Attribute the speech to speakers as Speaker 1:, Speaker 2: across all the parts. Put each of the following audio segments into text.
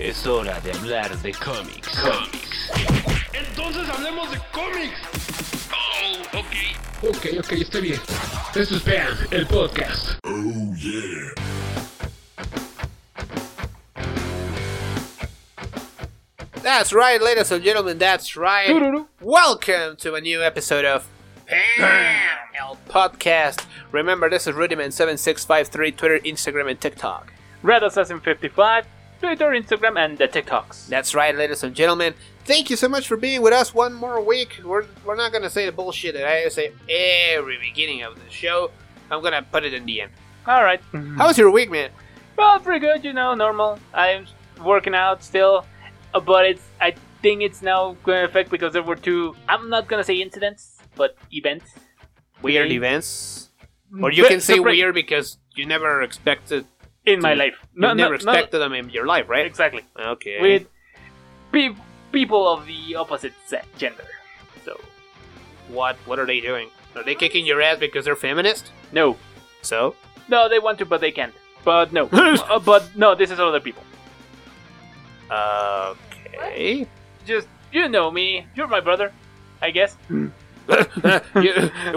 Speaker 1: Es hora de hablar de cómics. Cómics.
Speaker 2: Entonces hablemos de cómics. Oh, ok.
Speaker 3: Ok, ok, está bien. Esto es Bam, el podcast.
Speaker 4: That's right, ladies and gentlemen, that's right. Welcome to a new episode of Bam! El Podcast. Remember, this is Rudiment7653, Twitter, Instagram, and TikTok.
Speaker 5: Red Assassin 55, Twitter, Instagram, and the TikToks.
Speaker 4: That's right, ladies and gentlemen. Thank you so much for being with us one more week. We're, we're not gonna say the bullshit that I say every beginning of the show. I'm gonna put it in the end.
Speaker 5: All right.
Speaker 4: How was your week, man?
Speaker 5: Well, pretty good, you know, normal. I'm working out still, uh, but it's I think it's now going to affect because there were two. I'm not gonna say incidents, but events.
Speaker 4: Weird
Speaker 5: Okay.
Speaker 4: events? Or you
Speaker 5: Ve-
Speaker 4: can say
Speaker 5: surpri-
Speaker 4: weird because you never expected.
Speaker 5: in my life.
Speaker 4: you never expected them in your life, right?
Speaker 5: exactly
Speaker 4: Okay.
Speaker 5: with pe- people of the opposite sex gender. So
Speaker 4: What what are they doing? Are they kicking your ass because they're feminist?
Speaker 5: no,
Speaker 4: So?
Speaker 5: no, they want to, but they can't. But no, Uh, but no, this is other people.
Speaker 4: Okay.
Speaker 5: Just you know me. You're my brother, I guess.
Speaker 4: You-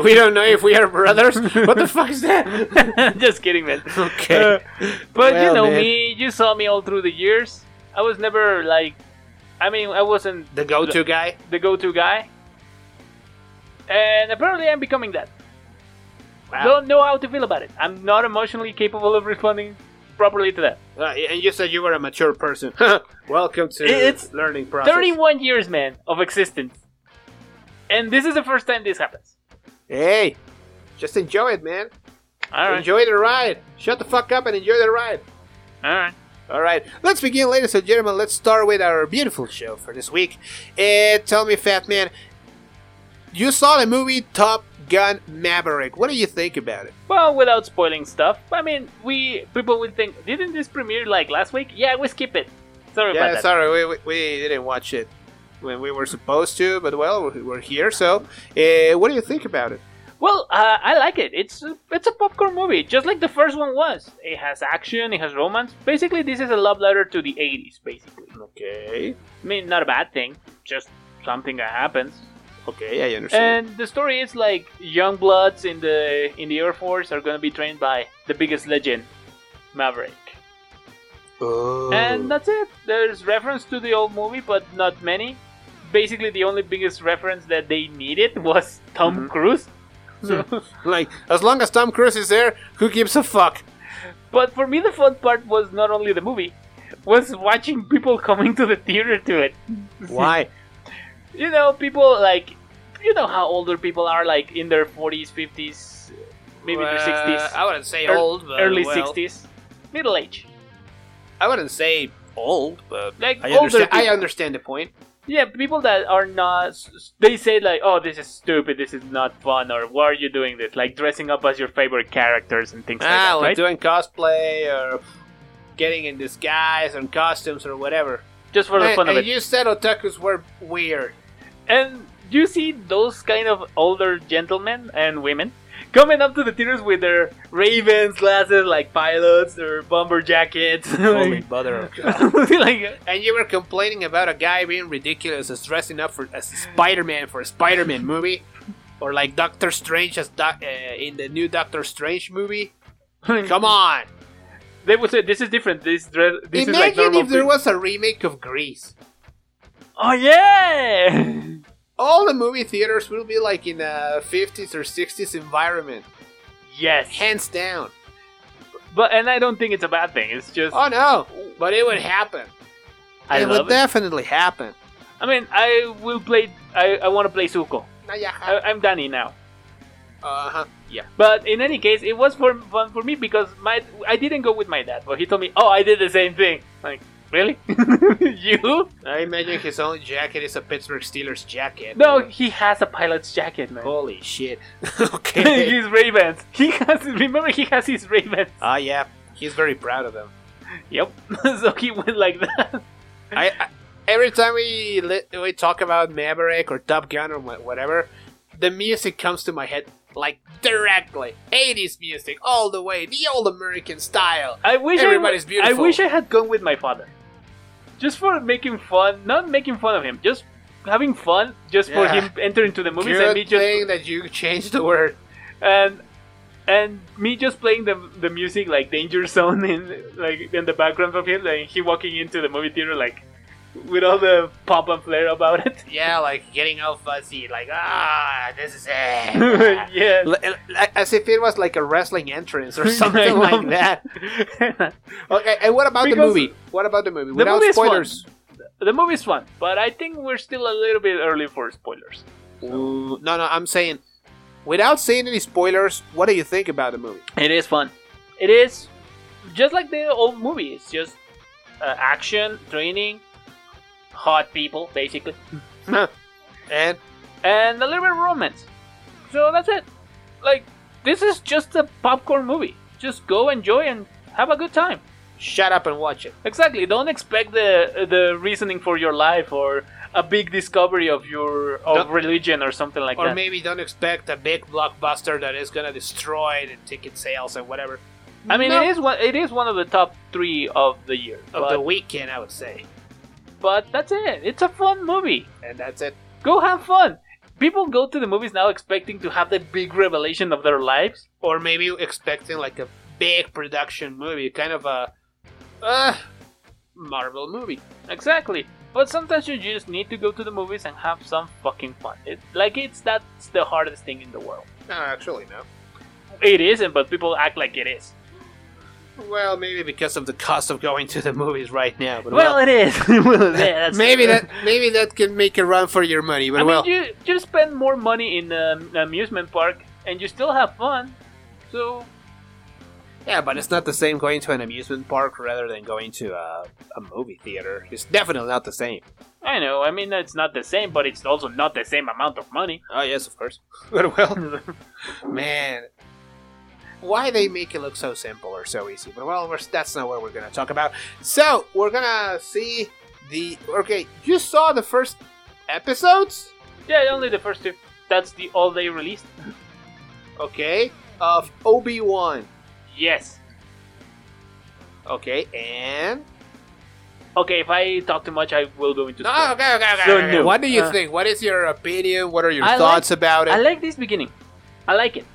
Speaker 4: we don't know if we are brothers. What the fuck is that?
Speaker 5: Just kidding, man.
Speaker 4: Okay.
Speaker 5: Uh, but
Speaker 4: Well,
Speaker 5: you know
Speaker 4: man.
Speaker 5: me, you saw me all through the years. I was never like, I mean, I wasn't
Speaker 4: The go-to guy.
Speaker 5: the go-to guy, and apparently I'm becoming that. Don't know how to feel about it. I'm not emotionally capable of responding properly to that.
Speaker 4: Uh, and you said you were a mature person. Welcome to
Speaker 5: It's
Speaker 4: learning process.
Speaker 5: 31 years, man, of existence, and this is the first time this happens.
Speaker 4: Hey, just enjoy it, man.
Speaker 5: All right,
Speaker 4: Enjoy the ride. Shut the fuck up and enjoy the ride.
Speaker 5: all right.
Speaker 4: All right, let's begin, ladies and gentlemen. Let's start with our beautiful show for this week. Uh, tell me, Fat Man, you saw the movie Top Gun Maverick. What do you think about it?
Speaker 5: Well, without spoiling stuff, I mean, we people will think, didn't this premiere like last week? Yeah, we skip it. Sorry about
Speaker 4: yeah,
Speaker 5: that.
Speaker 4: sorry, we, we, we didn't watch it when we were supposed to, but well, we- we're here, so uh, what do you think about it?
Speaker 5: Well, uh, I like it. It's it's a popcorn movie, just like the first one was. It has action, it has romance. Basically, this is a love letter to the '80s. Basically,
Speaker 4: Okay,
Speaker 5: I mean, not a bad thing, just something that happens.
Speaker 4: okay, I understand.
Speaker 5: And the story is like young bloods in the in the Air Force are gonna be trained by the biggest legend, Maverick.
Speaker 4: oh.
Speaker 5: And that's it. There's reference to the old movie, but not many. Basically, the only biggest reference that they needed was Tom Cruise.
Speaker 4: like, as long as Tom Cruise is there, who gives a fuck?
Speaker 5: But for me, the fun part was not only the movie, was watching people coming to the theater to it.
Speaker 4: Why?
Speaker 5: You know, people like, you know how older people are, like in their 40s, 50s, maybe
Speaker 4: Well,
Speaker 5: their 60s,
Speaker 4: I wouldn't say
Speaker 5: ear-
Speaker 4: old, but
Speaker 5: early
Speaker 4: well,
Speaker 5: 60s, middle age.
Speaker 4: I wouldn't say old, but
Speaker 5: Like
Speaker 4: I
Speaker 5: older
Speaker 4: understand, I
Speaker 5: people.
Speaker 4: understand the point.
Speaker 5: Yeah, people that are not, they say like, oh, this is stupid, this is not fun, or why are you doing this? Like dressing up as your favorite characters and things like
Speaker 4: ah,
Speaker 5: that,
Speaker 4: like
Speaker 5: right?
Speaker 4: doing cosplay or getting in disguise and costumes or whatever.
Speaker 5: Just for the
Speaker 4: And-
Speaker 5: fun of
Speaker 4: and
Speaker 5: it.
Speaker 4: you said otakus were weird.
Speaker 5: And you see those kind of older gentlemen and women coming up to the theaters with their Ravens glasses, like pilots, their bomber jackets.
Speaker 4: Holy
Speaker 5: like,
Speaker 4: mother of God.
Speaker 5: like,
Speaker 4: And you were complaining about a guy being ridiculous as dressing up for as Spider-Man for a Spider-Man movie, eh, or like Doctor Strange as doc, uh, in the new Doctor Strange movie. Come on,
Speaker 5: They would say this is different. This dress. This is like
Speaker 4: Imagine
Speaker 5: normal.
Speaker 4: if there
Speaker 5: print."
Speaker 4: was a remake of Grease.
Speaker 5: Oh yeah.
Speaker 4: All the movie theaters will be like in a 50s or 60s environment.
Speaker 5: yes.
Speaker 4: Hands down.
Speaker 5: But and I don't think it's a bad thing. It's just
Speaker 4: Oh no, but it would happen.
Speaker 5: I
Speaker 4: it would
Speaker 5: love it.
Speaker 4: definitely happen.
Speaker 5: I mean, I will play. I, I want to play Zuko. I,
Speaker 4: Uh
Speaker 5: I'm Danny now.
Speaker 4: huh.
Speaker 5: Yeah. But in any case, it was for fun for me because my I didn't go with my dad, but he told me, "Oh, I did the same thing." Like, really? you?
Speaker 4: I imagine his only jacket is a Pittsburgh Steelers jacket.
Speaker 5: No, he has a pilot's jacket, man.
Speaker 4: Holy shit. okay.
Speaker 5: his Ravens. He has. Remember, he has his Ravens.
Speaker 4: Ah, yeah. He's very proud of them.
Speaker 5: Yep. so he went like that.
Speaker 4: I, I every time we li- we talk about Maverick or Top Gun or wha- whatever, the music comes to my head like directly. 80s music all the way, the old American style.
Speaker 5: I wish
Speaker 4: Everybody's
Speaker 5: I,
Speaker 4: beautiful.
Speaker 5: I wish I had gone with my father, just for making fun. Not making fun of him. Just having fun. Just for
Speaker 4: Yeah.
Speaker 5: him entering to the movies and me
Speaker 4: Good
Speaker 5: just
Speaker 4: thing that you changed the word.
Speaker 5: and and me just playing the the music like Danger Zone in like in the background of him, like he walking into the movie theater like with all the pop and flair about it.
Speaker 4: Yeah, like getting all fuzzy, like ah, this is it.
Speaker 5: yeah.
Speaker 4: L- l- As if it was like a wrestling entrance or something like that. Okay, and what about the
Speaker 5: Because-
Speaker 4: movie? What about the movie? Without
Speaker 5: movie is fun.
Speaker 4: spoilers.
Speaker 5: the movie's fun, but I think we're still a little bit early for spoilers.
Speaker 4: Ooh, no, no, I'm saying, without saying any spoilers, what do you think about the movie?
Speaker 5: It is fun. It is just like the old movie. It's just uh, action, training, hot people, basically,
Speaker 4: And
Speaker 5: and a little bit of romance. So that's it. Like this is just a popcorn movie. Just go enjoy and have a good time.
Speaker 4: shut up and watch it.
Speaker 5: Exactly. Don't expect the the reasoning for your life or a big discovery of your of
Speaker 4: No.
Speaker 5: religion or something like
Speaker 4: Or
Speaker 5: that.
Speaker 4: maybe don't expect a big blockbuster that is gonna destroy the ticket sales and whatever
Speaker 5: I mean,
Speaker 4: No.
Speaker 5: it is one. It is one of the top three of the year.
Speaker 4: of
Speaker 5: but,
Speaker 4: the weekend, I would say.
Speaker 5: but that's it. It's a fun movie.
Speaker 4: And that's it.
Speaker 5: Go have fun. People go to the movies now expecting to have the big revelation of their lives.
Speaker 4: Or maybe expecting like a big production movie, kind of a uh, Marvel movie.
Speaker 5: Exactly. But sometimes you just need to go to the movies and have some fucking fun. It, like it's that's the hardest thing in the world.
Speaker 4: No, actually no.
Speaker 5: It isn't, but people act like it is.
Speaker 4: Well, maybe because of the cost of going to the movies right now. But
Speaker 5: Well, it is. Well, yeah, that's-
Speaker 4: maybe that maybe that can make a run for your money. But
Speaker 5: I
Speaker 4: well,
Speaker 5: mean, you you spend more money in an amusement park and you still have fun. So
Speaker 4: Yeah, but it's not the same going to an amusement park rather than going to a, a movie theater. It's definitely not the same.
Speaker 5: I know. I mean, it's not the same, but it's also not the same amount of money.
Speaker 4: Oh yes, of course. But well, man, why they make it look so simple or so easy? But well, we're, that's not what we're gonna talk about. So we're gonna see the. Okay, you saw the first episodes,
Speaker 5: Yeah, only the first two. That's the all they released.
Speaker 4: okay, of Obi Wan.
Speaker 5: Yes.
Speaker 4: Okay, and
Speaker 5: Okay, if I talk too much, I will go into.
Speaker 4: no,
Speaker 5: spoilers.
Speaker 4: okay, okay, okay.
Speaker 5: So
Speaker 4: okay.
Speaker 5: new.
Speaker 4: What do you
Speaker 5: Uh,
Speaker 4: think? What is your opinion? What are your
Speaker 5: I like-
Speaker 4: thoughts about it?
Speaker 5: I like this beginning. I like it.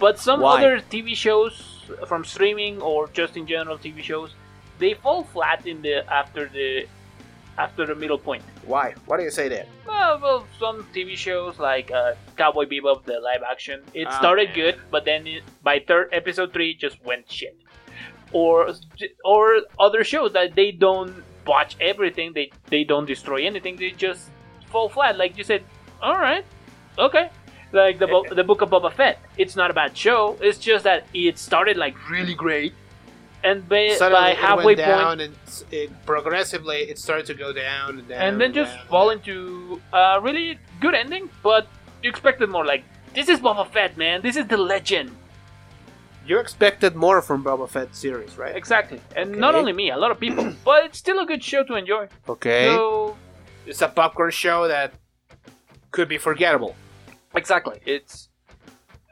Speaker 5: But some
Speaker 4: Why?
Speaker 5: other TV shows from streaming or just in general TV shows, they fall flat in the after the after the middle point.
Speaker 4: why? Why do you say that?
Speaker 5: Well, Uh, well, some TV shows like uh, Cowboy Bebop, the live action, it
Speaker 4: Ah,
Speaker 5: started
Speaker 4: man.
Speaker 5: good, but then it, by third episode three, it just went shit. Or or other shows that they don't botch everything, they they don't destroy anything, they just fall flat. Like you said, all right, okay. Like the
Speaker 4: Eh,
Speaker 5: Bo- the Book of Boba Fett, it's not a bad show. It's just that it started like really great, and by,
Speaker 4: Suddenly
Speaker 5: by
Speaker 4: it
Speaker 5: halfway
Speaker 4: went
Speaker 5: point,
Speaker 4: down and s- it progressively it started to go down and down
Speaker 5: and then just
Speaker 4: down.
Speaker 5: fall into a really good ending, but you expected more. Like this is Boba Fett, man. This is the legend.
Speaker 4: You expected more from Boba Fett series, right?
Speaker 5: Exactly, and not
Speaker 4: Okay.
Speaker 5: only me, a lot of people. but it's still a good show to enjoy.
Speaker 4: Okay,
Speaker 5: So
Speaker 4: it's a popcorn show that could be forgettable.
Speaker 5: exactly, it's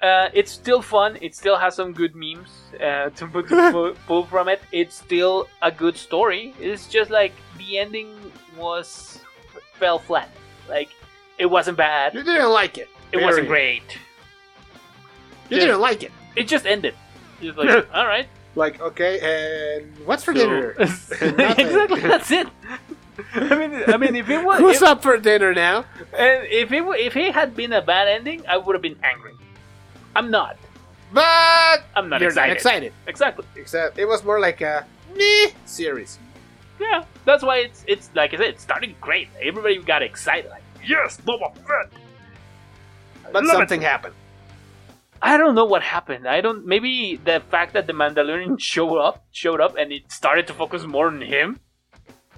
Speaker 5: uh, it's still fun. It still has some good memes uh, to, put, to pull, pull from it. It's still a good story. It's just like the ending was fell flat. Like it wasn't bad.
Speaker 4: You didn't like it.
Speaker 5: It wasn't
Speaker 4: Period.
Speaker 5: great.
Speaker 4: You didn't like it.
Speaker 5: it just ended. Just like, all right,
Speaker 4: Like, okay, and what's for
Speaker 6: So-
Speaker 4: dinner? Nothing.
Speaker 5: exactly. That's it. I mean, I mean, if it was,
Speaker 6: Who's
Speaker 5: if,
Speaker 6: up for dinner now?
Speaker 5: and if it wa- if it had been a bad ending, I would have been angry. I'm not.
Speaker 6: But
Speaker 5: I'm not
Speaker 6: you're
Speaker 5: excited.
Speaker 6: not excited.
Speaker 5: Exactly.
Speaker 4: Except it was more like a meh series.
Speaker 5: Yeah, that's why it's it's like I said, it started great. Everybody got excited. Like, yes, Boba Fett.
Speaker 4: But
Speaker 5: Love it.
Speaker 4: something happened.
Speaker 5: I don't know what happened. I don't. Maybe the fact that the Mandalorian showed up showed up and it started to focus more on him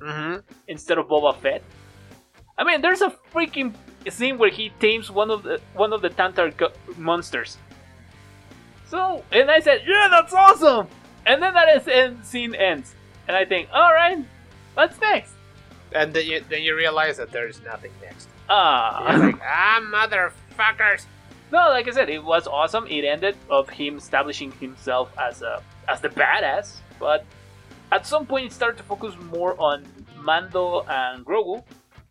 Speaker 5: Mm-hmm. instead of Boba Fett. I mean, there's a freaking scene where he tames one of the one of the Tantar go- monsters. So, and I said, "Yeah, that's awesome." And then that is, and scene ends, and I think, "All right, what's next?"
Speaker 6: And then you, then you realize that there is nothing next.
Speaker 5: Ah,
Speaker 6: You're like, ah, motherfuckers.
Speaker 5: No, like I said, it was awesome. It ended of him establishing himself as a as the badass, but at some point it started to focus more on Mando and Grogu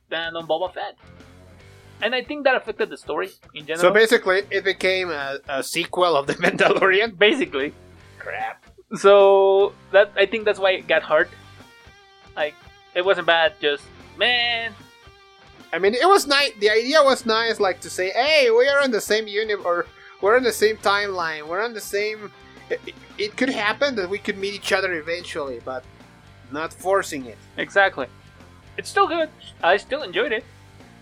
Speaker 5: than on Boba Fett. And I think that affected the story in general.
Speaker 6: So basically, it became a, a sequel of The Mandalorian.
Speaker 5: basically.
Speaker 6: Crap.
Speaker 5: So that I think that's why it got hard. Like it wasn't bad, just man.
Speaker 4: I mean, it was nice. The idea was nice, like to say, "Hey, we are on the same universe, or we're on the same timeline. We're on the same." It, it- it could happen that we could meet each other eventually, but not forcing it.
Speaker 5: Exactly. It's still good. I still enjoyed it.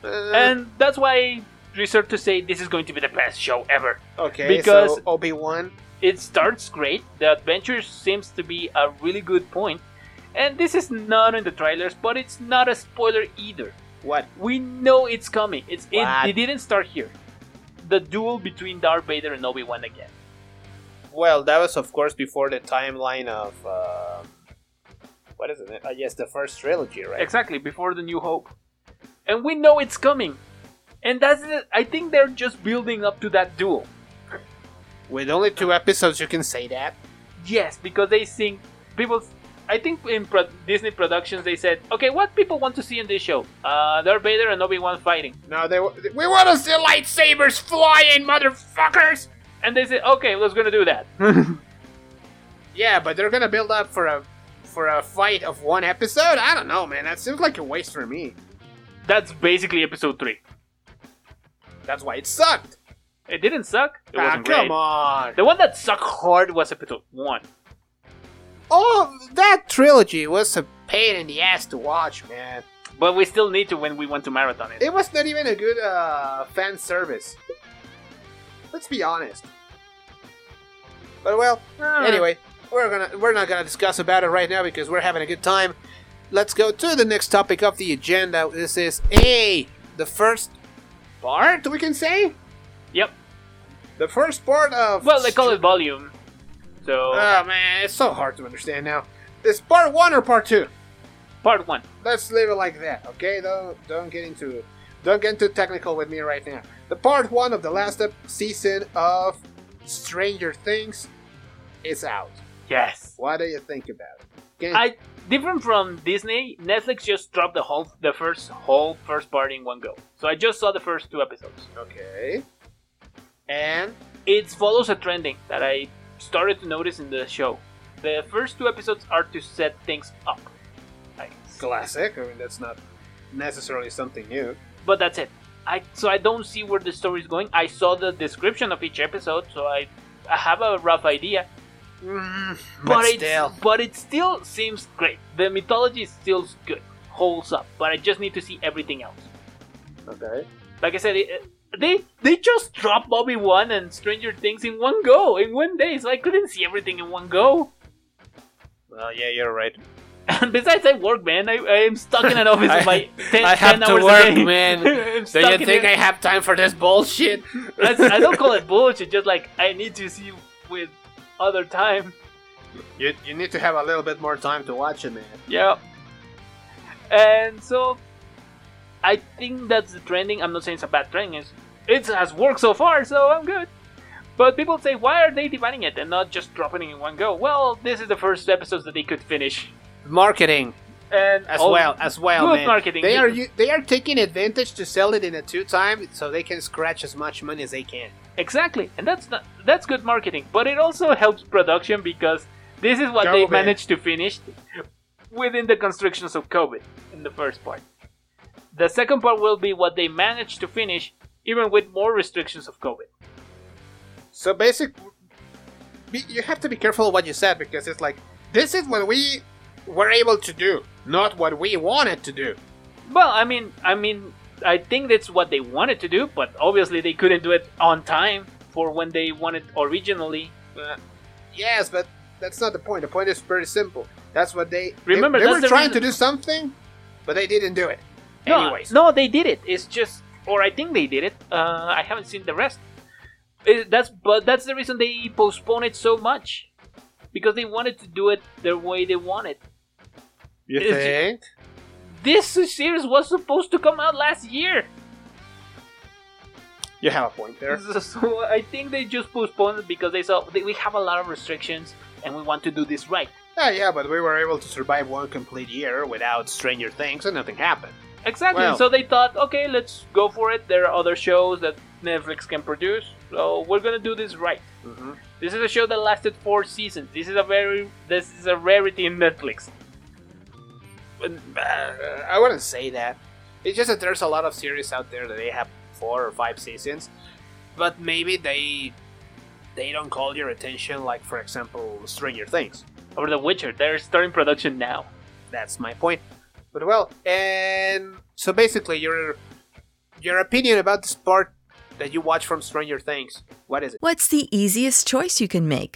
Speaker 4: Uh,
Speaker 5: And that's why research to say this is going to be the best show ever.
Speaker 4: okay,
Speaker 5: because-
Speaker 4: so Obi Wan.
Speaker 5: it starts great. The adventure seems to be a really good point. And this is not in the trailers, but it's not a spoiler either.
Speaker 4: What?
Speaker 5: We know it's coming. It's it,
Speaker 4: What?
Speaker 5: it didn't start here. The duel between Darth Vader and Obi Wan again.
Speaker 6: Well, that was, of course, before the timeline of.
Speaker 4: uh,
Speaker 6: um what is it? I guess the first trilogy, right?
Speaker 5: Exactly before the New Hope, and we know it's coming. And that's it. I think they're just building up to that duel.
Speaker 6: With only two episodes, you can say that.
Speaker 5: Yes, because they think people. I think in pro- Disney productions they said, okay, what people want to see in this show? Uh, Darth Vader and Obi Wan fighting.
Speaker 4: No, they. were-
Speaker 6: We want to see lightsabers flying, motherfuckers!
Speaker 5: and they say, okay, let's gonna do that.
Speaker 6: Yeah, but they're gonna build up for a for a fight of one episode. I don't know, man. That seems like a waste for me.
Speaker 5: That's basically episode three.
Speaker 6: That's why it sucked.
Speaker 5: It didn't suck. It
Speaker 6: ah,
Speaker 5: wasn't
Speaker 6: come
Speaker 5: great.
Speaker 6: on.
Speaker 5: The one that sucked hard was episode one.
Speaker 6: Oh, that trilogy was a pain in the ass to watch, man.
Speaker 5: But we still need to when we want to marathon it.
Speaker 4: It was not even a good uh, fan service. Let's be honest.
Speaker 6: But well,
Speaker 5: Ah.
Speaker 6: anyway, we're gonna we're not gonna discuss about it right now because we're having a good time. Let's go to the next topic of the agenda. This is a the first part we can say
Speaker 5: Yep.
Speaker 4: The first part of
Speaker 5: Well, they call it volume. So
Speaker 6: Oh man, it's so hard to understand now.
Speaker 4: is part one or part two.
Speaker 5: part one.
Speaker 4: Let's leave it like that, okay? Don't don't get into don't get too technical with me right now. The part one of the last ep- season of Stranger Things is out.
Speaker 5: Yes.
Speaker 4: What do you think about it?
Speaker 6: Mm.
Speaker 4: Can-
Speaker 5: I different from Disney. Netflix just dropped the whole the first whole first part in one go. So I just saw the first two episodes.
Speaker 4: okay. And
Speaker 5: It follows a trending that I started to notice in the show. The first two episodes are to set things up. Like,
Speaker 4: classic. I mean, that's not necessarily something new.
Speaker 5: but that's it. I so I don't see where the story is going. I saw the description of each episode, so I I have a rough idea. Mm, but it
Speaker 6: still.
Speaker 5: but it still seems great. The mythology is still good, holds up. But I just need to see everything else.
Speaker 4: Okay.
Speaker 5: Like I said, it, they they just dropped Bobby One and Stranger Things in one go in one day, so I couldn't see everything in one go.
Speaker 6: Well, yeah, you're right.
Speaker 5: And besides, I work, man. I, I am stuck in an office
Speaker 6: I-
Speaker 5: of my 10,
Speaker 6: I have
Speaker 5: 10
Speaker 6: to
Speaker 5: hours a
Speaker 6: work,
Speaker 5: day.
Speaker 6: man.
Speaker 5: I'm
Speaker 6: Do
Speaker 5: stuck
Speaker 6: you
Speaker 5: in
Speaker 6: think I
Speaker 5: it.
Speaker 6: have time for this bullshit?
Speaker 5: That's, I don't call it bullshit. Just like I need to see with other time.
Speaker 4: You, you need to have a little bit more time to watch it, man.
Speaker 5: Yeah. And so, I think that's the trending. I'm not saying it's a bad trending. It's, it has worked so far, so I'm good. But people say, why are they dividing it and not just dropping it in one go? Well, this is the first episodes that they could finish.
Speaker 6: Marketing
Speaker 5: And
Speaker 6: as
Speaker 5: all-
Speaker 6: well, as well,
Speaker 5: Oh, good
Speaker 6: man.
Speaker 5: marketing.
Speaker 4: They are u- they are taking advantage to sell it in a two time so they can scratch as much money as they can.
Speaker 5: Exactly, and that's not, that's good marketing, but it also helps production because This is what they
Speaker 4: COVID.
Speaker 5: managed to finish within the constrictions of COVID in the first part. The second part will be what they managed to finish even with more restrictions of COVID.
Speaker 4: So basic, be, you have to be careful what you said because it's like this is what we were able to do, not what we wanted to do.
Speaker 5: Well, I mean, I mean, I think that's what they wanted to do, but obviously they couldn't do it on time for when they wanted originally.
Speaker 4: Uh, Yes, but that's not the point. The point is pretty simple. That's what they they-
Speaker 5: Remember,
Speaker 4: They,
Speaker 5: that's
Speaker 4: were
Speaker 5: the
Speaker 4: trying
Speaker 5: reason-
Speaker 4: to do something, but they didn't do it.
Speaker 5: No,
Speaker 4: Anyways,
Speaker 5: no, they did it. It's just, or I think they did it. Uh, I haven't seen the rest. It, that's but that's the reason they postponed it so much because they wanted to do it their way they wanted.
Speaker 4: you
Speaker 5: it's-
Speaker 4: think?
Speaker 5: This series was supposed to come out last year,
Speaker 4: You have a point there.
Speaker 5: so, so I think they just postponed it because they saw they, we have a lot of restrictions and we want to do this right.
Speaker 4: Yeah, yeah, but we were able to survive one complete year without Stranger Things, and nothing happened.
Speaker 5: Exactly.
Speaker 4: Well-
Speaker 5: so they thought, okay, let's go for it. There are other shows that Netflix can produce, so we're gonna do this right. This is a show that lasted four seasons. This is a very, this is a rarity in Netflix.
Speaker 4: But, uh, I wouldn't say that. It's just that there's a lot of series out there that they have four or five seasons, but maybe they they don't call your attention. Like for example, Stranger Things.
Speaker 5: Or The Witcher, they're starting production now.
Speaker 4: That's my point. But well, and so basically, your your opinion about this part that you watch from Stranger Things. What is it?
Speaker 7: What's the easiest choice you can make?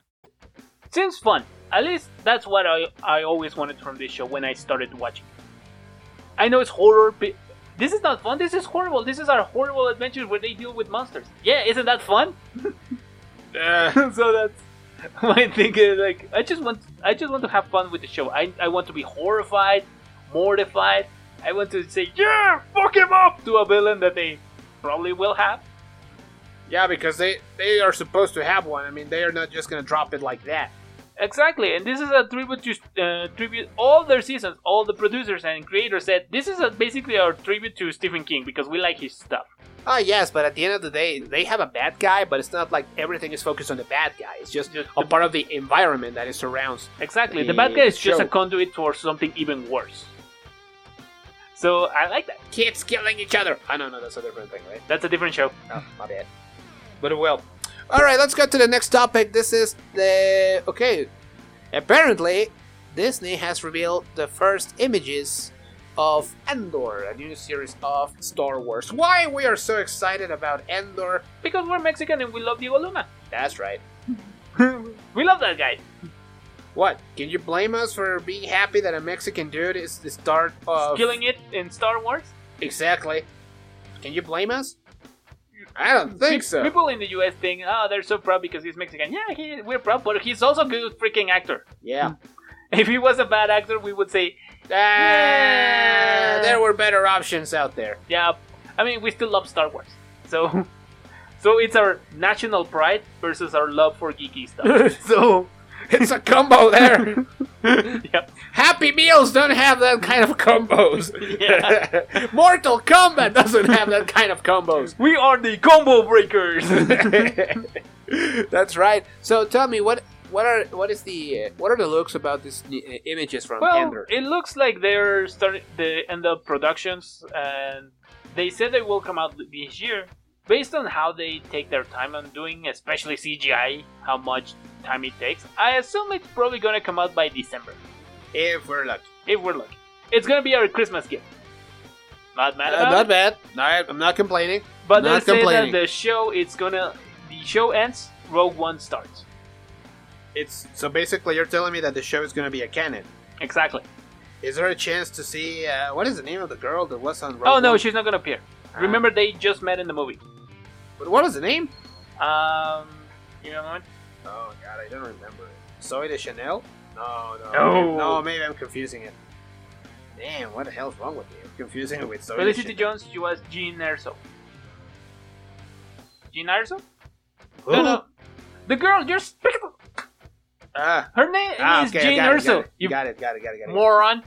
Speaker 5: Seems fun. At least that's what I, I always wanted from this show when I started watching. I know it's horror, but this is not fun. This is horrible. This is our horrible adventures where they deal with monsters. Yeah, isn't that fun? so that's my thinking. Like, I just want, I just want to have fun with the show. I, I want to be horrified, mortified. I want to say, yeah, fuck him up to a villain that they probably will have.
Speaker 4: Yeah, because they they are supposed to have one. I mean, they are not just gonna drop it like that.
Speaker 5: Exactly, and this is a tribute to uh, tribute all their seasons. All the producers and creators said this is a, basically our tribute to Stephen King because we like his stuff.
Speaker 4: Ah, yes, but at the end of the day, they have a bad guy, but it's not like everything is focused on the bad guy. It's just a part of the environment that it surrounds.
Speaker 5: Exactly, the
Speaker 4: The
Speaker 5: bad guy is just a
Speaker 4: show.
Speaker 5: conduit for something even worse. So I like that.
Speaker 4: Kids killing each other. I don't know, that's a different thing, right?
Speaker 5: That's a different show.
Speaker 4: Oh, my bad. But well. Alright, let's go to the next topic. This is the. Okay. Apparently, Disney has revealed the first images of Endor, a new series of Star Wars. Why we are so excited about Endor?
Speaker 5: Because we're Mexican and we love Diego Luna.
Speaker 4: That's right.
Speaker 5: We love that guy.
Speaker 4: What? Can you blame us for being happy that a Mexican dude is the start of
Speaker 5: Killing it in Star Wars.
Speaker 4: Exactly. Can you blame us? I don't think
Speaker 5: Pe-
Speaker 4: so.
Speaker 5: People in the U.S. think, oh, they're so proud because he's Mexican. Yeah, he, we're proud, but he's also a good freaking actor.
Speaker 4: Yeah.
Speaker 5: If he was a bad actor, we would say,
Speaker 4: Ah, there were better options out there.
Speaker 5: Yeah, I mean, we still love Star Wars, so so it's our national pride versus our love for geeky stuff.
Speaker 4: so it's a combo there.
Speaker 5: yeah,
Speaker 4: Happy Meals don't have that kind of combos.
Speaker 5: Yeah.
Speaker 4: Mortal Kombat doesn't have that kind of combos.
Speaker 5: we are the combo breakers.
Speaker 4: That's right. So tell me what what are what is the uh, what are the looks about these uh, images from
Speaker 5: well,
Speaker 4: Andor?
Speaker 5: it looks like they're starting the end of productions, and they said they will come out this year. Based on how they take their time on doing, especially CGI, how much time it takes, I assume it's probably gonna come out by December
Speaker 4: If we're lucky.
Speaker 5: if we're lucky. It's gonna be our Christmas gift. Not mad about
Speaker 4: Uh, not
Speaker 5: it,
Speaker 4: bad. I, I'm not complaining. not
Speaker 5: but they say that
Speaker 4: complaining.
Speaker 5: the show it's gonna the show ends, Rogue One starts.
Speaker 4: It's so basically you're telling me that the show is going to be a canon.
Speaker 5: Exactly.
Speaker 4: Is there a chance to see uh, what is the name of the girl that was on? Rogue
Speaker 5: oh no,
Speaker 4: One? Ah.
Speaker 5: she's not gonna appear. Remember, they just met in the movie.
Speaker 4: But what was the name?
Speaker 5: Um, you know what?
Speaker 4: Oh god, I don't remember it. Zoe de Chanel? No, no,
Speaker 5: No.
Speaker 4: maybe- no. Maybe I'm confusing it. Damn, what the hell's wrong with me? I'm confusing it with Zoe. de
Speaker 5: Felicity
Speaker 4: Chanel.
Speaker 5: Jones. She was Jean Erso. Jean Erso?
Speaker 4: Who?
Speaker 5: No, no. The girl. You're speaking.
Speaker 4: Ah,
Speaker 5: Her name
Speaker 4: ah,
Speaker 5: is
Speaker 4: okay,
Speaker 5: Jean
Speaker 4: I got it,
Speaker 5: Erso.
Speaker 4: You
Speaker 5: You
Speaker 4: got it, got it, got it, got it.
Speaker 5: moron.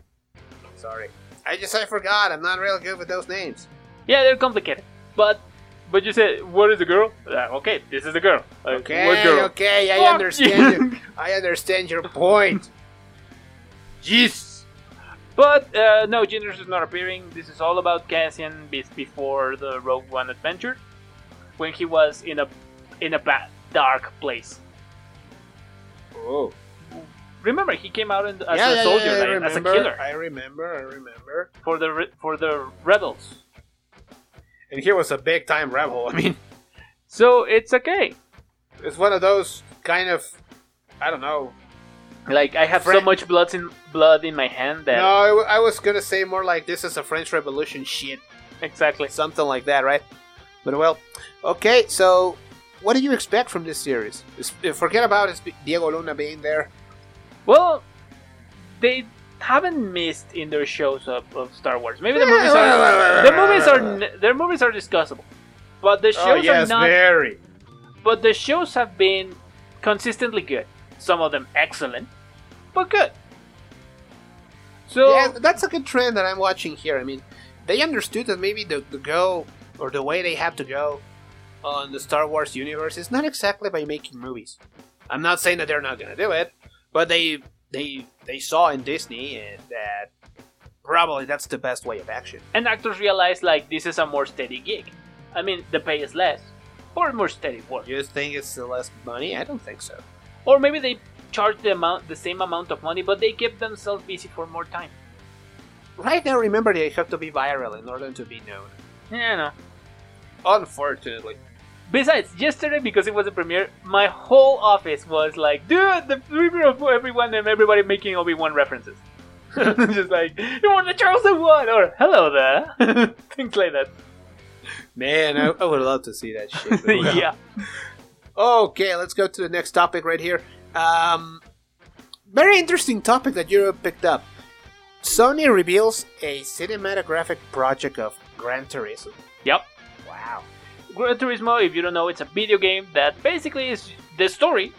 Speaker 4: Sorry, I just I forgot. I'm not real good with those names.
Speaker 5: Yeah, they're complicated. But but you said, what is the girl? Uh, okay, this is the girl. Like, what
Speaker 4: Okay,
Speaker 5: girl?
Speaker 4: okay, I
Speaker 5: Fuck
Speaker 4: understand.
Speaker 5: you.
Speaker 4: You. I understand your point. Jeez.
Speaker 5: But uh, no, Ginger is not appearing. This is all about Cassian be- before the Rogue One adventure, when he was in a in a bad, dark place.
Speaker 4: Oh.
Speaker 5: Remember, he came out in, as
Speaker 4: yeah,
Speaker 5: a
Speaker 4: yeah,
Speaker 5: soldier,
Speaker 4: yeah, I
Speaker 5: right? as a
Speaker 4: remember.
Speaker 5: killer
Speaker 4: I remember. I remember.
Speaker 5: for the re- for the rebels.
Speaker 4: And he was a big time rebel. I mean,
Speaker 5: So it's okay.
Speaker 4: it's one of those kind of, I don't know,
Speaker 5: Like I have so
Speaker 4: Friend-
Speaker 5: much blood in blood in my hand that
Speaker 4: No, I, w- I was gonna say more like this is a French Revolution shit,
Speaker 5: exactly.
Speaker 4: something like that, right? But well, okay. So, what do you expect from this series? Is- Forget about is Diego Luna being there.
Speaker 5: Well, they haven't missed in their shows of, of Star Wars. Maybe the movies are the movies are n- their movies are discussable, but the shows are not.
Speaker 4: Oh, very.
Speaker 5: But the shows have been consistently good. Some of them excellent, but good. So
Speaker 4: Yeah, that's a good trend that I'm watching here. I mean, they understood that maybe the, the go or the way they have to go on the Star Wars universe is not exactly by making movies. I'm not saying that they're not gonna do it, but they they they saw in Disney eh, that probably that's the best way of action.
Speaker 5: and actors realize like this is a more steady gig. I mean, the pay is less, or more steady work,
Speaker 4: You think it's the less money? I don't think so.
Speaker 5: or maybe they charge the amount the same amount of money, but they keep themselves busy for more time.
Speaker 4: Right now, remember they have to be viral in order to be known.
Speaker 5: Yeah, no.
Speaker 4: Unfortunately,
Speaker 5: Besides, yesterday because it was a premiere, my whole office was like, "Dude, the premiere of everyone and everybody making Obi Wan references." Just like, "You are the chosen one," or "Hello there," things like that.
Speaker 4: man, I, I would love to see that shit. but uh, well.
Speaker 5: yeah,
Speaker 4: Okay, let's go to the next topic right here. Um, very interesting topic that you picked up. Sony reveals a cinematographic project of Gran Turismo.
Speaker 5: yep.
Speaker 4: Wow.
Speaker 5: Gran Turismo, if you don't know, it's a video game that basically is the story,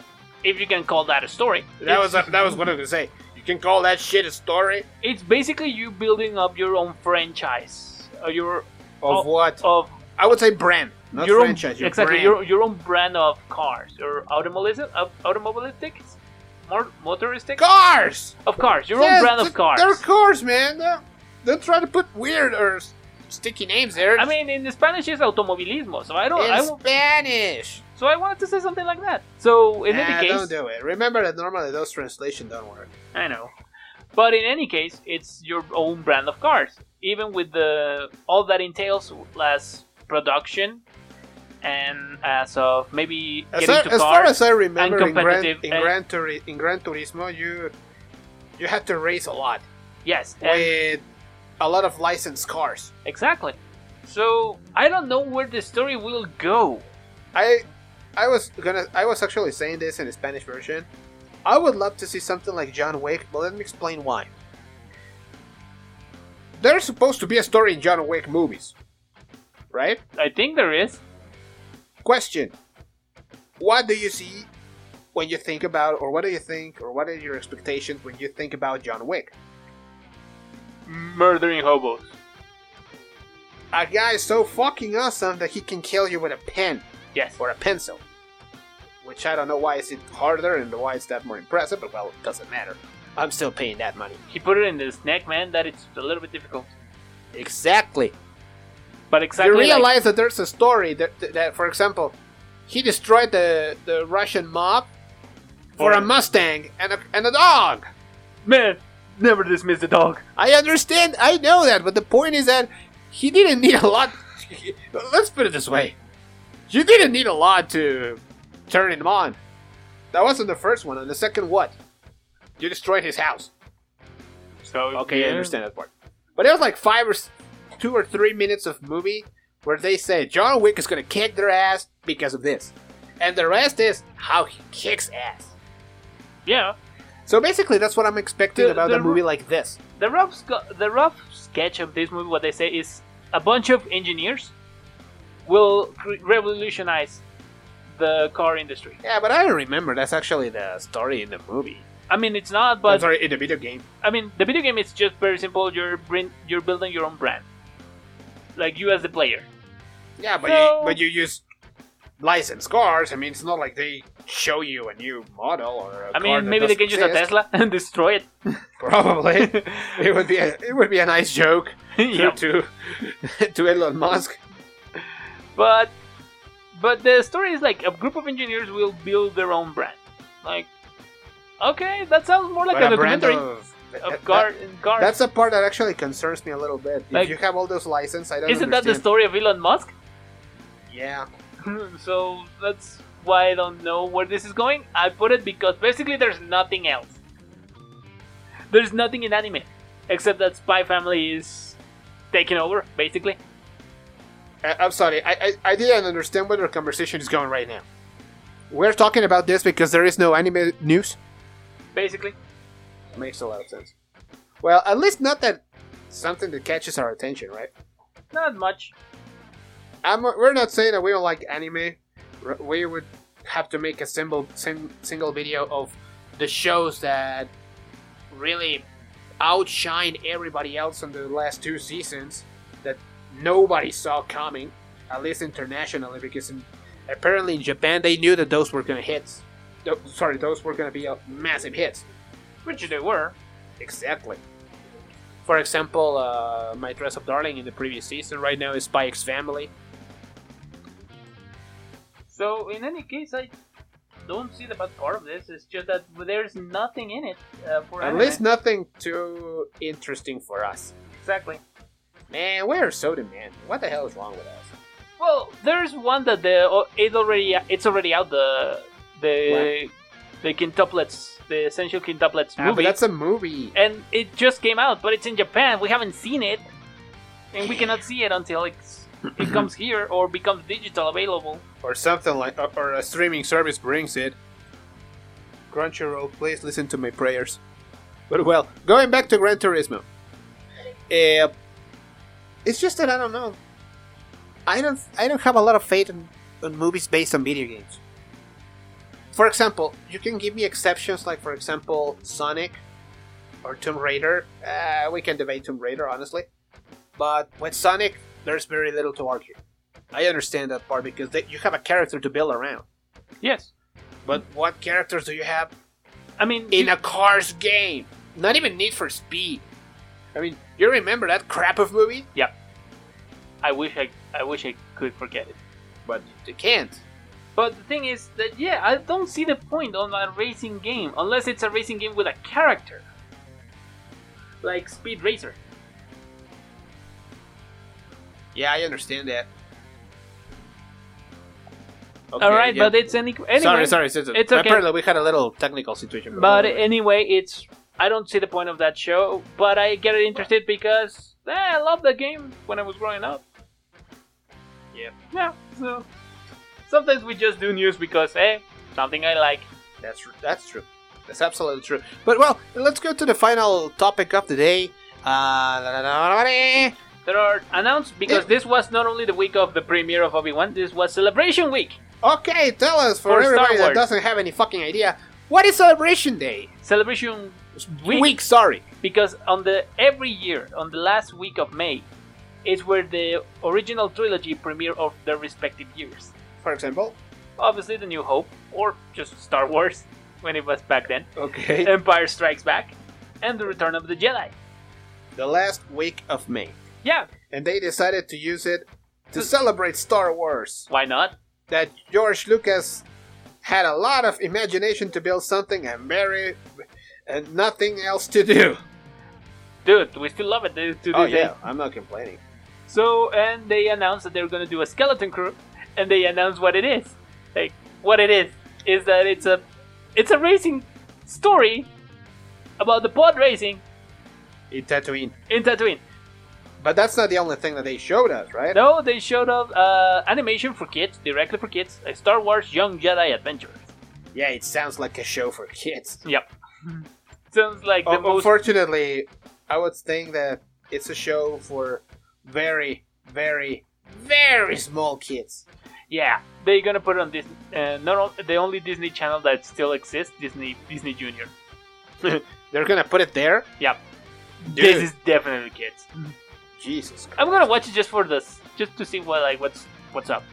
Speaker 5: if you can call that a story.
Speaker 4: That
Speaker 5: It's-
Speaker 4: was that was what I was gonna say. You can call that shit a story
Speaker 5: It's basically you building up your own franchise, uh, your
Speaker 4: of
Speaker 5: Oh,
Speaker 4: what?
Speaker 5: of
Speaker 4: I would say brand, not
Speaker 5: your
Speaker 4: franchise.
Speaker 5: own,
Speaker 4: your
Speaker 5: exactly
Speaker 4: brand.
Speaker 5: your your own brand of cars or automobilism of automobilistic more motoristic
Speaker 4: cars.
Speaker 5: of cars your
Speaker 4: Yes,
Speaker 5: own brand of
Speaker 4: th- They're cars,
Speaker 5: cars
Speaker 4: man. They're- Don't try to put weird or s- sticky names there.
Speaker 5: i mean in the spanish it's automobilismo so i don't
Speaker 4: in
Speaker 5: I, won't-
Speaker 4: Spanish.
Speaker 5: so i wanted to say something like that so in
Speaker 4: Nah,
Speaker 5: any
Speaker 4: don't
Speaker 5: case
Speaker 4: do it. Remember that normally those translations don't work.
Speaker 5: i know but in any case it's your own brand of cars even with the all that entails as production and as of maybe
Speaker 4: As,
Speaker 5: getting
Speaker 4: I-
Speaker 5: to
Speaker 4: as
Speaker 5: cars
Speaker 4: far as I remember, in Gran,
Speaker 5: competitive
Speaker 4: in,
Speaker 5: and-
Speaker 4: Gran Turi- in Gran Turismo, you you had to race a lot
Speaker 5: yes and
Speaker 4: with a lot of licensed cars.
Speaker 5: Exactly. So I don't know where the story will go.
Speaker 4: I I was gonna I was actually saying this in the Spanish version. I would love to see something like John Wick, but let me explain why. There's supposed to be a story in John Wick movies, right?
Speaker 5: I think there is.
Speaker 4: Question: What do you see when you think about, or what do you think, or what are your expectations when you think about John Wick?
Speaker 5: Murdering hobos.
Speaker 4: A guy is so fucking awesome that he can kill you with a pen
Speaker 5: Yes.
Speaker 4: or a pencil. Which I don't know why is it harder and why it's that more impressive, but well, it doesn't matter. I'm still paying that money.
Speaker 5: He put it in the snack, man, that it's a little bit difficult.
Speaker 4: Exactly.
Speaker 5: But exactly.
Speaker 4: you
Speaker 5: like-
Speaker 4: realize that there's a story that, that, that, for example, he destroyed the, the Russian mob for a Mustang and a, and a dog.
Speaker 5: man, never dismiss the dog.
Speaker 4: I understand. I know that, but the point is that he didn't need a lot. Let's put it this way: you didn't need a lot to turn him on. That wasn't the first one. And the second, what? You destroyed his house.
Speaker 5: So
Speaker 4: Okay, I
Speaker 5: yeah.
Speaker 4: understand that part. But it was like five or s- two or three minutes of movie where they say John Wick is gonna kick their ass because of this, and the rest is how he kicks ass.
Speaker 5: Yeah,
Speaker 4: So basically, that's what I'm expecting
Speaker 5: The-
Speaker 4: about
Speaker 5: the
Speaker 4: a movie like this.
Speaker 5: the rough sc- the rough sketch of this movie, what they say is a bunch of engineers will cre- revolutionize the car industry.
Speaker 4: Yeah, but I don't remember. That's actually the story in the movie.
Speaker 5: I mean, it's not,
Speaker 4: But,
Speaker 5: but
Speaker 4: sorry, in the video game.
Speaker 5: I mean, the video game is just very simple. You're brin- you're building your own brand, like you as the player.
Speaker 4: Yeah, but
Speaker 5: No.
Speaker 4: you, but you use licensed cars. I mean, it's not like they show you a new model or. A
Speaker 5: I
Speaker 4: car
Speaker 5: mean,
Speaker 4: that
Speaker 5: maybe they
Speaker 4: doesn't
Speaker 5: can use a
Speaker 4: exist.
Speaker 5: Tesla and destroy it.
Speaker 4: Probably, it would be a, it would be a nice joke
Speaker 5: Yeah.
Speaker 4: to to, to Elon Musk.
Speaker 5: But but the story is like a group of engineers will build their own brand. Like, okay, that sounds more like
Speaker 4: but
Speaker 5: a documentary
Speaker 4: of,
Speaker 5: of
Speaker 4: that-
Speaker 5: car.
Speaker 4: that-
Speaker 5: cars.
Speaker 4: that's a part that actually concerns me a little bit. If
Speaker 5: Like-
Speaker 4: you have all those license, I don't.
Speaker 5: Isn't that the
Speaker 4: understand.
Speaker 5: story of Elon Musk?
Speaker 4: Yeah.
Speaker 5: so that's why I don't know where this is going. I put it because basically there's nothing else. There's nothing in anime except that Spy Family is taking over, basically.
Speaker 4: I, I'm sorry. I, I I didn't understand where the conversation is going right now. We're talking about this because there is no anime news.
Speaker 5: Basically,
Speaker 4: Makes a lot of sense. Well, at least not that something that catches our attention, right?
Speaker 5: not much.
Speaker 4: I'm, we're not saying that we don't like anime. R- We would have to make a simple sing, single video of the shows that really outshine everybody else on the last two seasons that nobody saw coming, at least internationally, because in, apparently in Japan they knew that those were gonna hits. Tho- sorry, those were gonna be uh, massive hits.
Speaker 5: Which they were.
Speaker 4: Exactly. For example, uh, my dress up darling in the previous season right now is Spy X Family.
Speaker 5: So in any case, I don't see the bad part of this. It's just that there's nothing in it uh, for
Speaker 4: At
Speaker 5: anime.
Speaker 4: least nothing too interesting for us.
Speaker 5: exactly.
Speaker 4: Man, we're soda man. What the hell is wrong with us?
Speaker 5: Well, there's one that the oh, it already it's already out the the the quintuplets the essential quintuplets
Speaker 4: Ah, but
Speaker 5: movie,
Speaker 4: that's a movie.
Speaker 5: and it just came out, but it's in Japan. We haven't seen it, and we cannot see it until it's, it comes here or becomes digital available.
Speaker 4: Or something like, uh, or, or a streaming service brings it. Crunchyroll, please listen to my prayers. But well, going back to Gran Turismo. Uh, it's just that I don't know. I don't, I don't have a lot of faith in, in movies based on video games. For example, you can give me exceptions like, for example, Sonic or Tomb Raider. Uh, we can debate Tomb Raider, honestly. But with Sonic, there's very little to argue. I understand that part because they, you have a character to build around.
Speaker 5: Yes,
Speaker 4: But what characters do you have
Speaker 5: I mean
Speaker 4: in
Speaker 5: you-
Speaker 4: a Cars game? Not even Need for Speed. I mean, you remember that crap of movie?
Speaker 5: I wish I I wish I could forget it.
Speaker 4: But you can't.
Speaker 5: But the thing is that yeah, I don't see the point on a racing game unless it's a racing game with a character, like Speed Racer.
Speaker 4: Yeah, I understand that.
Speaker 5: All right, but it's any anyway.
Speaker 4: sorry, sorry. It's,
Speaker 5: it's okay.
Speaker 4: Apparently, we had a little technical situation.
Speaker 5: But anyway, it's I don't see the point of that show, but I get interested because eh, I love the game when I was growing up. Yeah. Yeah. So sometimes we just do news because hey, something I like.
Speaker 4: That's tr- that's true. That's absolutely true. But well, let's go to the final topic of the day. Uh,
Speaker 5: There are announced because
Speaker 4: Yeah.
Speaker 5: this was not only the week of the premiere of Obi Wan, this was Celebration Week.
Speaker 4: Okay, tell us for,
Speaker 5: For Star
Speaker 4: everybody that
Speaker 5: Wars.
Speaker 4: doesn't have any fucking idea. What is Celebration Day?
Speaker 5: Celebration Week,
Speaker 4: Week, sorry.
Speaker 5: because on the every year on the last week of May is where the original trilogy premiere of their respective years.
Speaker 4: For example.
Speaker 5: obviously the new hope or just star wars when it was back then
Speaker 4: Okay.
Speaker 5: empire strikes back and the return of the jedi
Speaker 4: The last week of May.
Speaker 5: yeah
Speaker 4: And they decided to use it to celebrate Star Wars.
Speaker 5: why not
Speaker 4: That George Lucas had a lot of imagination to build something and very and nothing else to do.
Speaker 5: dude, we still love it to this
Speaker 4: Oh
Speaker 5: day.
Speaker 4: yeah, I'm not complaining.
Speaker 5: So, and they announced that they're gonna do a skeleton crew, and they announced what it is. Like, what it is is that it's a, it's a racing story about the pod racing
Speaker 4: In Tatooine,
Speaker 5: in Tatooine.
Speaker 4: but that's not the only thing that they showed us, right?
Speaker 5: No, they showed off uh, animation for kids, directly for kids, like Star Wars Young Jedi Adventures.
Speaker 4: Yeah, it sounds like a show for kids.
Speaker 5: Yep. Sounds like the
Speaker 4: Un-
Speaker 5: most.
Speaker 4: Unfortunately, I would think that it's a show for very, very, very small kids.
Speaker 5: yeah, they're gonna put it on Disney. Uh, not on, the only Disney channel that still exists, Disney Disney Junior.
Speaker 4: They're gonna put it there.
Speaker 5: Yep.
Speaker 4: Dude.
Speaker 5: This is definitely kids.
Speaker 4: Jesus, Christ.
Speaker 5: I'm gonna watch it just for this, just to see what like what's what's up.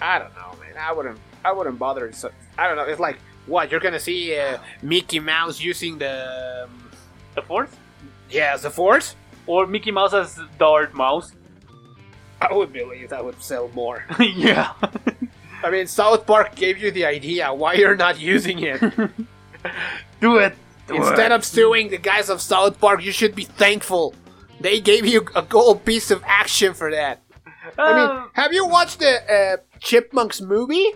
Speaker 4: I don't know, man. I wouldn't, I wouldn't bother. So, I don't know. It's like what you're gonna see uh, Mickey Mouse using the um,
Speaker 5: The fourth
Speaker 4: yeah the Force.
Speaker 5: or Mickey Mouse as Darth Mouse.
Speaker 4: I would believe that would sell more.
Speaker 5: yeah.
Speaker 4: I mean, South Park gave you the idea. Why you're not using it?
Speaker 5: Do it.
Speaker 4: Instead of suing the guys of South Park, you should be thankful. They gave you a gold piece of action for that. I mean, have you watched the uh, Chipmunks movie?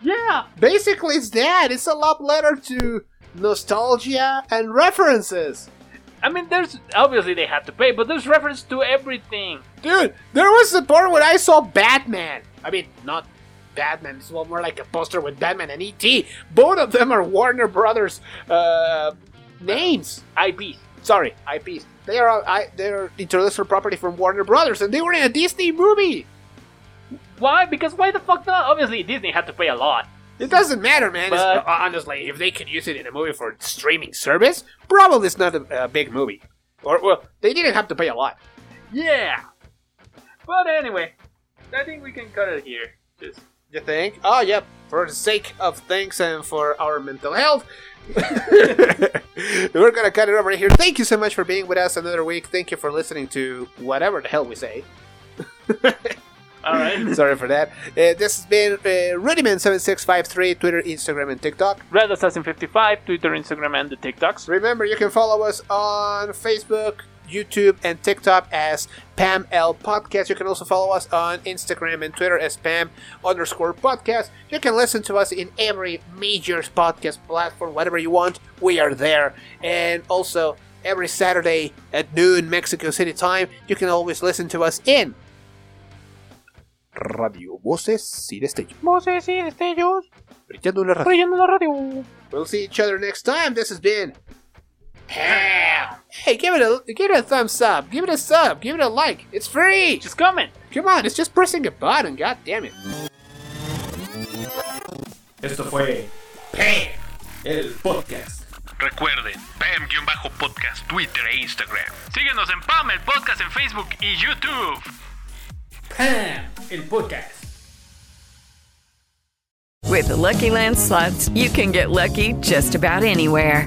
Speaker 5: yeah.
Speaker 4: Basically, it's that. It's a love letter to nostalgia and references.
Speaker 5: I mean, there's obviously they had to pay, but there's reference to everything.
Speaker 4: Dude, there was the part where I saw Batman. I mean, not Batman. It's more more like a poster with Batman and E.T. Both of them are Warner Brothers uh, names.
Speaker 5: IP.
Speaker 4: Sorry, IPs. They are all- I, they're intellectual property from Warner Brothers, and they were in a Disney movie.
Speaker 5: Why? Because why the fuck not? Obviously, Disney had to pay a lot.
Speaker 4: It doesn't matter, man. It's-
Speaker 5: But-
Speaker 4: uh, honestly, if they could use it in a movie for streaming service, probably it's not a, a big movie. Or well, they didn't have to pay a lot.
Speaker 5: Yeah. But anyway, I think we can cut it here. Just
Speaker 4: You think? Oh, yep. For the sake of things and for our mental health, we're gonna cut it over here. Thank you so much for being with us another week. Thank you for listening to whatever the hell we say.
Speaker 5: all right.
Speaker 4: Sorry for that. Uh, this has been uh, Rudiman7653, Twitter, Instagram, and TikTok.
Speaker 5: Red Assassin 55, Twitter, Instagram, and the TikToks.
Speaker 4: Remember, you can follow us on Facebook, YouTube, and TikTok as Pam L Podcast. You can also follow us on Instagram and Twitter as Pam underscore podcast. You can listen to us in every major podcast platform, whatever you want. We are there. And also, every Saturday at noon Mexico City time, you can always listen to us in Radio Voces y Destellos.
Speaker 5: Voces y destellos,
Speaker 4: Brillando en la radio.
Speaker 5: brillando la radio.
Speaker 4: We'll see each other next time. This has been Ham. Hey, give it a give it a thumbs up. Give it a sub. Give it a like. It's free. Just
Speaker 5: Just comment.
Speaker 4: come on. It's just pressing a button. God damn it.
Speaker 8: Esto fue
Speaker 2: Pam.
Speaker 8: el podcast.
Speaker 2: Recuerden, Pam-podcast, Twitter e Instagram.
Speaker 5: Síguenos en PAM, el podcast en Facebook y YouTube.
Speaker 8: Pam, el podcast.
Speaker 7: With the Lucky Land slots, you can get lucky just about anywhere.